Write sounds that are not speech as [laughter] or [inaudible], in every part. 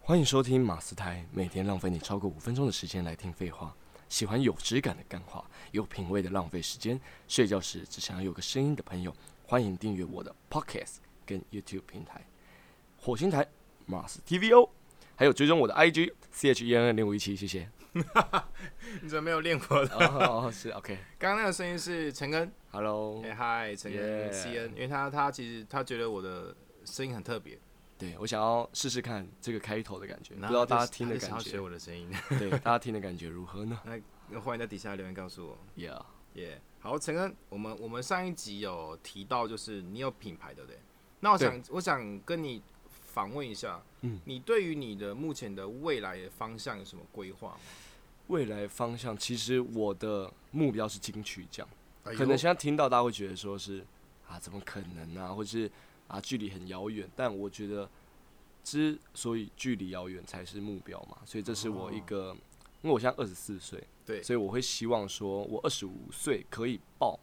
欢迎收听马斯台，每天浪费你超过五分钟的时间来听废话。喜欢有质感的干话，有品味的浪费时间。睡觉时只想要有个声音的朋友，欢迎订阅我的 Podcast 跟 YouTube 平台，火星台马斯 TVO，还有追踪我的 IG CHEN 零五一七，谢谢。你怎么没有练过的？ [laughs] 哦，是 [laughs] OK。刚刚那个声音是陈根， Hello，哎嗨，陈根哦 Yeah C N，因为他他其实他觉得我的声音很特别，对我想要试试看这个开头的感觉，不然知后道他大就家听的他就想感要学觉，我的声音， [laughs] [laughs] 对大家听的感觉如何呢那欢迎在底下留言告诉我。 ？Yeah，耶、好，陈恩，我们我们上一集有提到，就是你有品牌，对不对？那我想我想跟你访问一下，嗯，你对于你的目前的未来的方向有什么规划吗？未来方向其实我的目标是金曲奖。可可能能现在听到大家会觉得说是啊，怎么可能啊，或是啊距离很遥远，但我觉得之所以距离遥远才是目标嘛，所以这是我一哦个，因为我现在二十四岁，对所以我会希望说我二十五岁可以报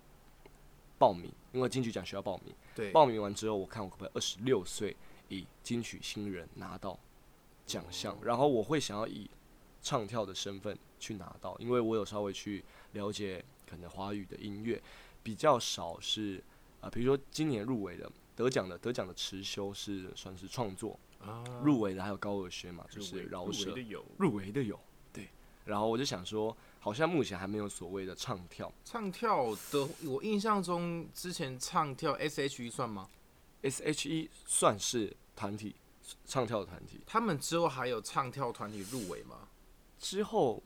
报名，因为金曲奖需要报名，对报名完之后我看我可不可以二十六岁以金曲新人拿到奖哦项，然后我会想要以唱跳的身份去拿到，因为我有稍微去了解可能华语的音乐比较少是啊、呃比如说今年入围的得奖的得奖的持修是算是创作啊入围的，还有高尔宣嘛，就入是围饶舌入围的有入围的有对，然后我就想说，好像目前还没有所谓的唱跳唱跳的，我印象中之前唱跳 S H E 算吗？ S H E 算是团体唱跳的团体，他们之后还有唱跳团体入围吗？之后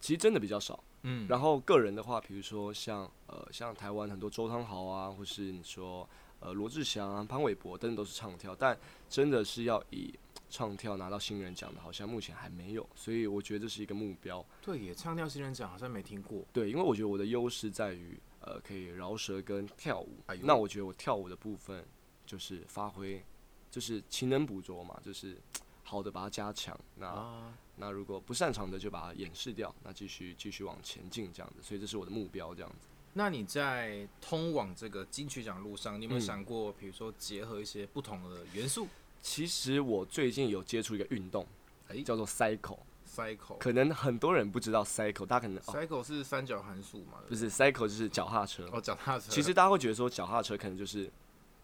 其实真的比较少。嗯，然后个人的话，比如说像呃像台湾很多周汤豪啊，或是你说呃罗志祥啊、潘玮柏等等都是唱跳，但真的是要以唱跳拿到新人奖的，好像目前还没有，所以我觉得这是一个目标。对耶，唱跳新人奖好像没听过。对，因为我觉得我的优势在于呃可以饶舌跟跳舞，哎呦那我觉得我跳舞的部分就是发挥，就是勤能补拙嘛，就是好的把它加强。那、啊，那如果不擅长的就把它掩饰掉，那继续继续往前进这样子，所以这是我的目标这样子。那你在通往这个金曲奖路上，你有没有嗯想过，比如说结合一些不同的元素其实我最近有接触一个运动，哎叫做 cycle， ？cycle，cycle 可能很多人不知道 cycle，大家可能哦是三角函数嘛？不对是 cycle 就是脚踏车不，对哦，脚踏车。其实大家会觉得说脚踏车可能就是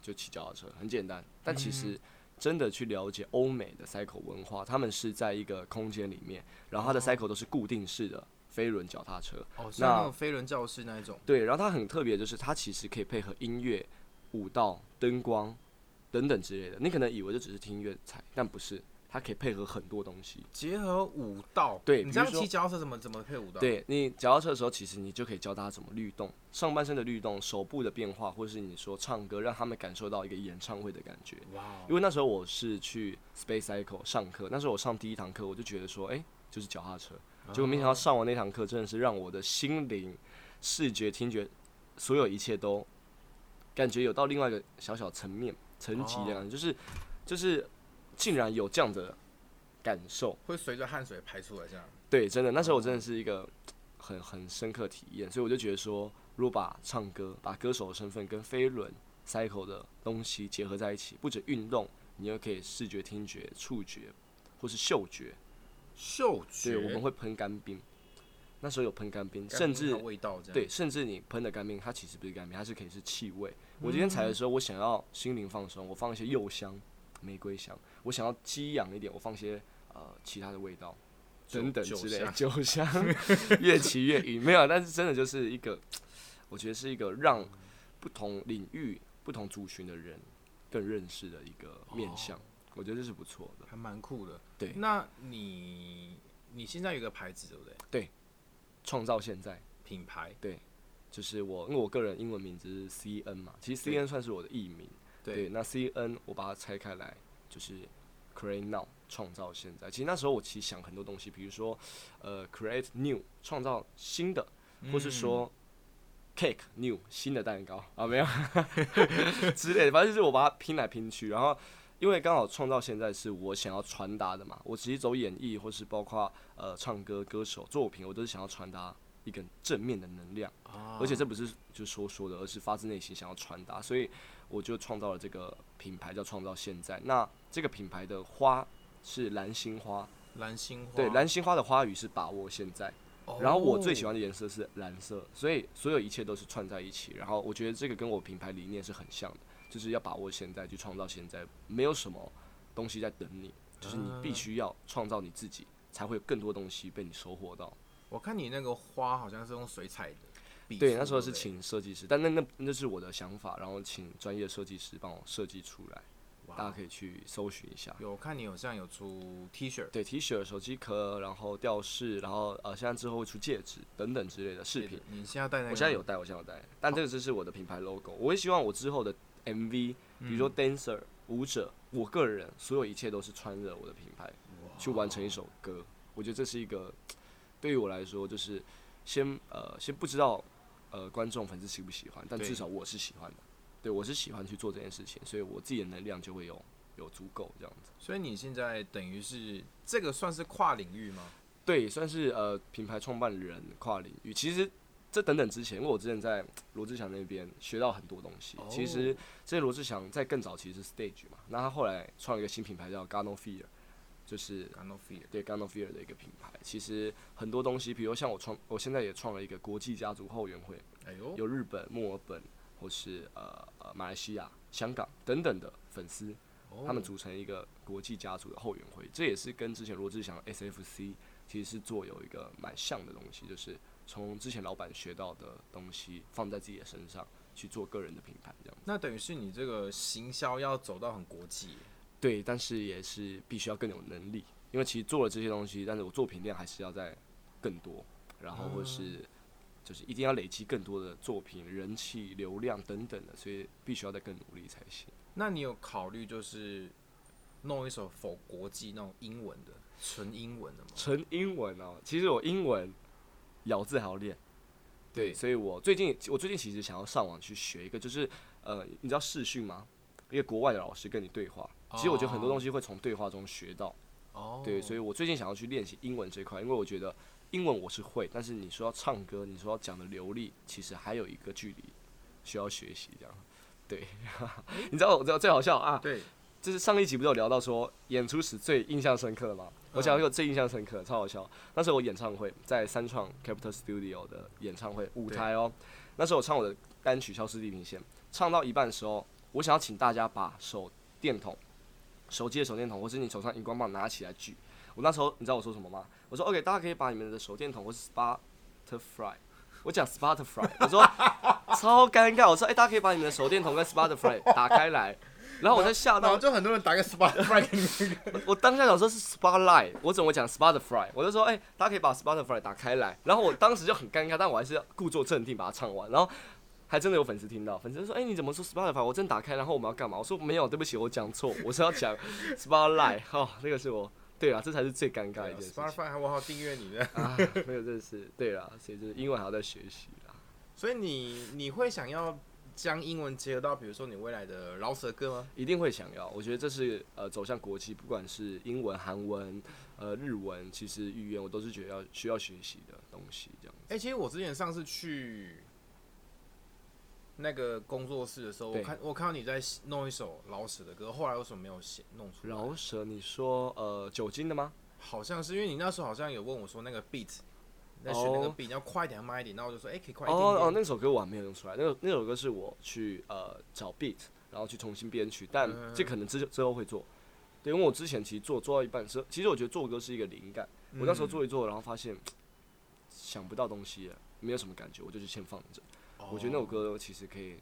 就骑脚踏车很简单，但其实真的去了解欧美的 cycle 文化，他们是在一个空间里面，然后它的 cycle 都是固定式的飞轮脚踏车，哦，像那那种飞轮教室那一种，对，然后它很特别，就是它其实可以配合音乐、舞蹈、灯光等等之类的。你可能以为就只是听音乐踩，但不是，它可以配合很多东西。结合舞蹈。对你比这如样说骑脚踏车怎么怎么配舞蹈？，对你脚踏车的时候，其实你就可以教大家怎么律动，上半身的律动、手部的变化，或是你说唱歌，让他们感受到一个演唱会的感觉。哇哦，因为那时候我是去 Space Cycle 上课，那时候我上第一堂课，我就觉得说，哎、就是脚踏车。结果没想到上完那堂课，真的是让我的心灵、视觉、听觉，所有一切都感觉有到另外一个小小层面、层级的感觉，就是就是竟然有这样的感受。会随着汗水排出来这样。对，真的，那时候我真的是一个很很深刻体验，所以我就觉得说，如果把唱歌、把歌手的身份跟飞轮、cycle 的东西结合在一起，不止运动，你又可以视觉、听觉、触觉，或是嗅觉。嗅觉，对，我们会喷干冰，那时候有喷干冰，感甚觉它至味道这样。对，甚至你喷的干冰，它其实不是干冰，它是可以是气味。我今天采的时候，我想要心灵放松，我放一些柚香、玫瑰香；我想要激昂一点，我放一些呃其他的味道。酒等等酒之类的，香酒香越骑越晕，没有，啊但是真的就是一个，我觉得是一个让不同领域、不同族群的人更认识的一个面哦向，我觉得这是不错的。还蛮酷的。对那你你现在有一个牌子对不对？创造现在品牌就是我，因为我个人英文名字是 C N 嘛，其实 C 对 N 算是我的艺名。对，那 C N 我把它拆开来，就是 create now 创造现在。其实那时候我其实想很多东西，比如说呃 create new 创造新的，嗯或是说 cake new 新的蛋糕啊，没有 [laughs] 之类的，反正就是我把它拼来拼去，然后。因为刚好创造现在是我想要传达的嘛，我其实走演艺或是包括呃唱歌、歌手、作品，我都是想要传达一个正面的能量。啊而且这不是就说说的，而是发自内心想要传达，所以我就创造了这个品牌叫创造现在。那这个品牌的花是蓝心花，蓝心花，对，蓝心花的花语是把握现在。哦。然后我最喜欢的颜色是蓝色，所以所有一切都是串在一起。然后我觉得这个跟我品牌理念是很像的，就是要把握现在，去创造现在，没有什么东西在等你，就是啊你必须要创造你自己，才会有更多东西被你收获到。我看你那个花好像是用水彩的笔触，对，那时候对是不对请设计师，但那那那是我的想法，然后请专业设计师帮我设计出来，哇大家可以去搜寻一下。啊有我看你好像有出 T 恤，对 T 恤、手机壳，然后吊饰，然后呃，现在之后会出戒指等等之类的饰品。你现在戴那个？我现在有，带，我现在有带，但这个就是我的品牌 logo。我也希望我之后的 MV，比嗯如说 dancer、舞者，我个人所有一切都是穿着我的品牌去完成一首歌。我觉得这是一个对于我来说，就是先呃先不知道呃观众粉丝喜不喜欢，但对至少我是喜欢的。对，我是喜欢去做这件事情，所以我自己的能量就会有有足够这样子。所以你现在等于是这个算是跨领域吗？对，算是呃品牌创办人跨领域。其实这等等之前，因为我之前在罗志祥那边学到很多东西。哦其实这罗志祥在更早期是 Stage 嘛，那他后来创了一个新品牌叫 Gano Fear，就是感到 fear，对 Gano Fear 的一个品牌。其实很多东西，比如像我创，我现在也创了一个国际家族后援会，哎呦，有日本、墨尔本或是呃呃马来西亚、香港等等的粉丝。哦他们组成一个国际家族的后援会，这也是跟之前罗志祥的 SFC 其实是做有一个蛮像的东西，就是从之前老板学到的东西放在自己的身上去做个人的品牌这样。那等于是你这个行销要走到很国际耶，对，但是也是必须要更有能力，因为其实做了这些东西，但是我作品量还是要在更多，然后或是就是一定要累积更多的作品、人气、流量等等的，所以必须要再更努力才行。那你有考虑就是弄一首否国际那种英文的，纯英文的吗？纯英文哦，其实我英文咬字还要练。对所以我最近我最近其实想要上网去学一个，就是呃，你知道视讯吗？一个国外的老师跟你对话，其实我觉得很多东西会从对话中学到。哦，对，所以以我最近想要去练习英文这一块，因为我觉得英文我是会，但是你说要唱歌，你说要讲的流利，其实还有一个距离需要学习。这样，对， [laughs] 你知道我知道最好笑啊，对，就是上一集不是有聊到说演出时最印象深刻的吗？我想要一个最印象深刻的，超好笑。那时候我演唱会在三创 Capital Studio 的演唱会舞台哦，那时候我唱我的单曲《消失地平线》，唱到一半的时候，我想要请大家把手电筒、手机的手电筒，或是你手上荧光棒拿起来举。我那时候你知道我说什么吗？我说 OK，大家可以把你们的手电筒或是 Spotify，我讲 Spotify，我说超尴尬，我说哎、大家可以把你们的手电筒跟 Spotify 打开来。然后我在吓然到后，哦就很多人打个 [laughs] Spotify 给你，我当下想说是 Spotlight，我怎么讲 Spotify？我就说，哎、大家可以把 Spotify 打开来。然后我当时就很尴尬，但我还是故作镇定把它唱完。然后还真的有粉丝听到，粉丝就说，哎、你怎么说 Spotify？我真打开，然后我们要干嘛？我说没有，对不起，我讲错，我是要讲 Spotlight。哦， [laughs] 那个是我，对啊，这才是最尴尬的一件事情 Spotify 还我好订阅你的，啊。没有，这是对啦，所以就是英文还要再学习啦。 [laughs] 所以你你会想要将英文结合到，比如说你未来的饶舌歌吗？一定会想要。我觉得这是呃走向国际，不管是英文、韩文、呃日文，其实语言我都是觉得要需要学习的东西，这样。哎、其实我之前上次去那个工作室的时候，我对看我看到你在写弄一首老死的歌，后来为什么没有写弄出来？饶舌，你说呃酒精的吗？好像是因为你那时候好像有问我说那个 beat，你在选那个哦 beat，、要快一点，慢一点，然后我就说哎、可以快一哦点哦，点那首歌我还没有用出来，那首那首歌是我去呃找 beat，然后去重新编曲，但嗯这可能之之后会做。对，因为我之前其实做做到一半的时候，其实我觉得做歌是一个灵感，嗯我那时候做一做，然后发现想不到东西了，没有什么感觉，我就是先放着。哦我觉得那首歌其实可以，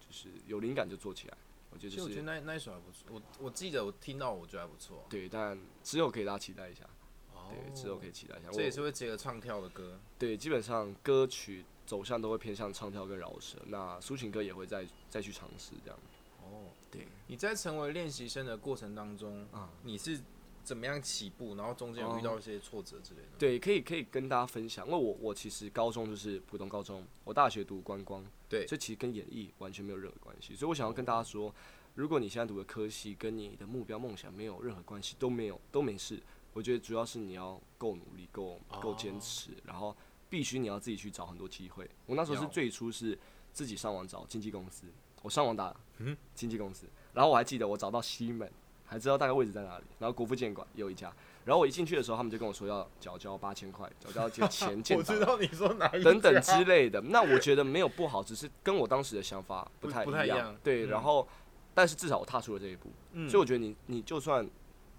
就是有灵感就做起来，我觉得其实就我觉得是那那一首还不错，我我记得我听到我觉得还不错。对，但之后可以大家期待一下，哦对，之后可以期待一下。这我也是会结合唱跳的歌。对，基本上歌曲走向都会偏向唱跳跟饶舌，那抒情歌也会再再去尝试这样。哦，对，你在成为练习生的过程当中，啊、你是怎么样起步？然后中间有遇到一些挫折之类的吗？对，可以可以跟大家分享，因为我我其实高中就是普通高中，我大学读观光，对这其实跟演艺完全没有任何关系，所以我想要跟大家说，如果你现在读的科系跟你的目标梦想没有任何关系，都没有都没事，我觉得主要是你要够努力，够够坚哦持，然后必须你要自己去找很多机会。我那时候是要最初是自嗯己上网找经纪公司，我上网打经纪公司，然后我还记得我找到西门，还知道大概位置在哪里。然后国父纪念馆也有一家，然后我一进去的时候，他们就跟我说要缴交八千块，缴交这钱 [laughs] 建我知道你说哪一 [laughs] 啊等等家之类的。那我觉得没有不好，只是跟我当时的想法不太不太一样。样对，嗯然后但是至少我踏出了这一步，嗯所以我觉得你你就算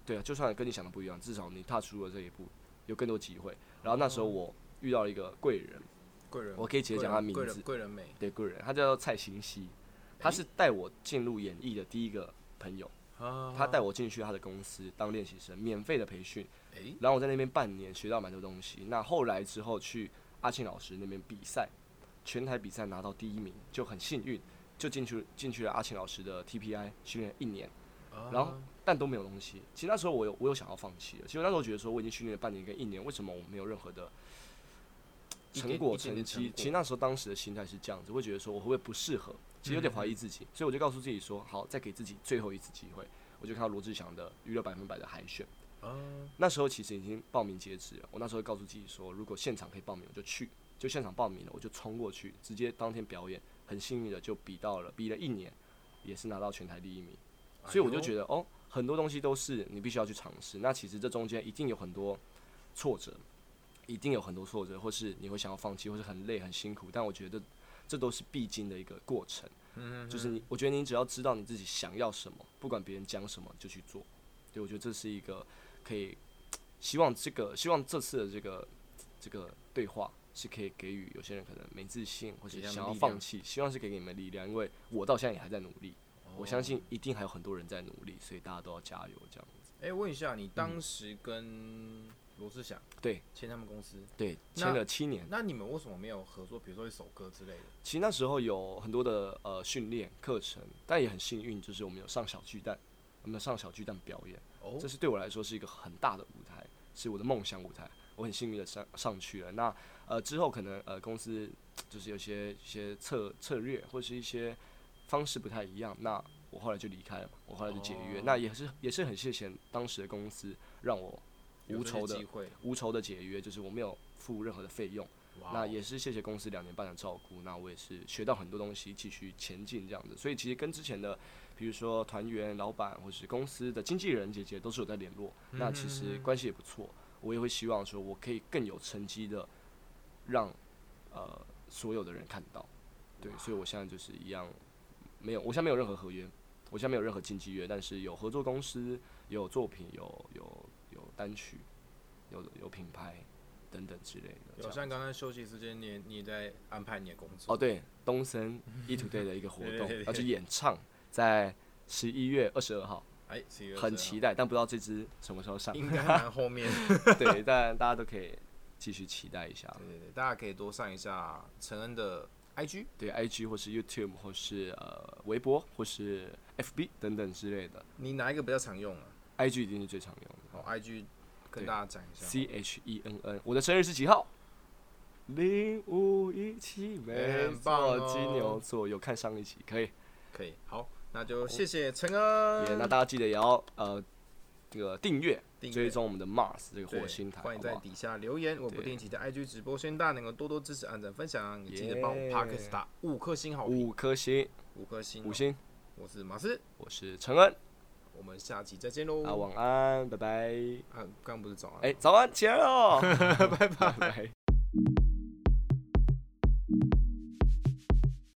对啊，就算跟你想的不一样，至少你踏出了这一步，有更多机会。然后那哦时候我遇到了一个贵人，贵人，我可以直接讲他名贵字人贵人美，对贵人，他叫蔡欣熙，他是带我进入演艺的第一个朋友，他他带我进去他的公司当练习生，免费的培训，哎然后我在那边半年学到蛮多东西。那后来之后去阿庆老师那边比赛，全台比赛拿到第一名，就很幸运，就进去进去了阿庆老师的 TPI 训练一年，啊然后但都没有东西。其实那时候我有我有想要放弃了，其实我那时候觉得说我已经训练了半年跟一年，为什么我没有任何的一成点果一点成点成绩？果其实那时候当时的心态是这样子，会觉得说我会不会不适合？其实有点嗯怀疑自己，所以我就告诉自己说，好，再给自己最后一次机会。我就看到罗志祥的娱乐百分百的海选。啊那时候其实已经报名截止了，我那时候告诉自己说，如果现场可以报名，我就去，就现场报名了，我就冲过去，直接当天表演，很幸运的就比到了，比了一年，也是拿到全台第一名，哎所以我就觉得哦，很多东西都是你必须要去尝试，那其实这中间一定有很多挫折，一定有很多挫折，或是你会想要放弃，或是很累很辛苦，但我觉得这都是必经的一个过程，嗯就是你，我觉得你只要知道你自己想要什么，不管别人讲什么就去做，对我觉得这是一个可以希望这个希望这次的这个这个对话是可以给予有些人可能没自信或者给他们想要力量放弃，希望是给你们力量，因为我到现在也还在努力，哦我相信一定还有很多人在努力，所以大家都要加油这样。哎，问一下，你当时跟罗志祥嗯对嗯签他们公司，对，那签了七年，那你们为什么没有合作？比如说一首歌之类的，其实那时候有很多的呃训练课程，但也很幸运，就是我们有上小巨蛋，我们有上小巨蛋表演。哦这是对我来说是一个很大的舞台，是我的梦想舞台。我很幸运的上上去了。那呃之后可能呃公司就是有些一些策策略或是一些方式不太一样，那我后来就离开了嘛，我后来就解约。哦那也是也是很谢谢当时的公司让我有无这酬些的机会，无酬的解约，就是我没有付任何的费用。哇那哦也是谢谢公司两年半的照顾，那我也是学到很多东西，继续前进这样子。所以其实跟之前的，比如说团员、老板或是公司的经纪人姐姐都是有在联络，嗯那其实关系也不错。我也会希望说，我可以更有成绩的让呃所有的人看到。对，所以我现在就是一样，没有，我现在没有任何合约，我现在没有任何经纪约，但是有合作公司，有作品，有有有单曲，有有品牌等等之类的。这有样像刚刚休息时间，你也你也在安排你的工作哦，对，东森 E Today 的一个活 [laughs] 对对动对，要去演唱，在十一月二十二号，哎，11月很12期待，但不知道这支什么时候上 [laughs] 。应该蛮后面。对，但大家都可以继续期待一下。 [laughs] 对对对，大家可以多上一下陈恩的 IG，对，IG 或是 YouTube 或是呃微博或是 FB 等等之类的你哪一个比较常用啊？ ，IG 一定是最常用的。哦，IG 跟对大家讲一下。 C H E N N，我的生日是几号？零五一七，哎没很棒错哦，金牛座有看上一期，可以。可以，好，那就谢谢陈恩。也那大家记得也要呃这个订阅订阅追踪我们的 Mars 这个对火星台，欢迎好不在好底下留言。我不对定期的 IG 直播，希望大家能够多多支持、按赞、分享，也记得帮我们耶 Podcast 打五颗星好评，五颗星，五颗星哦，五星。我是马斯，我是陈恩啊我们下期再见喽。啊，晚安，拜拜。啊，刚刚不是早安 [laughs] 吗？ [laughs] 哎、早安，起来哦，拜拜。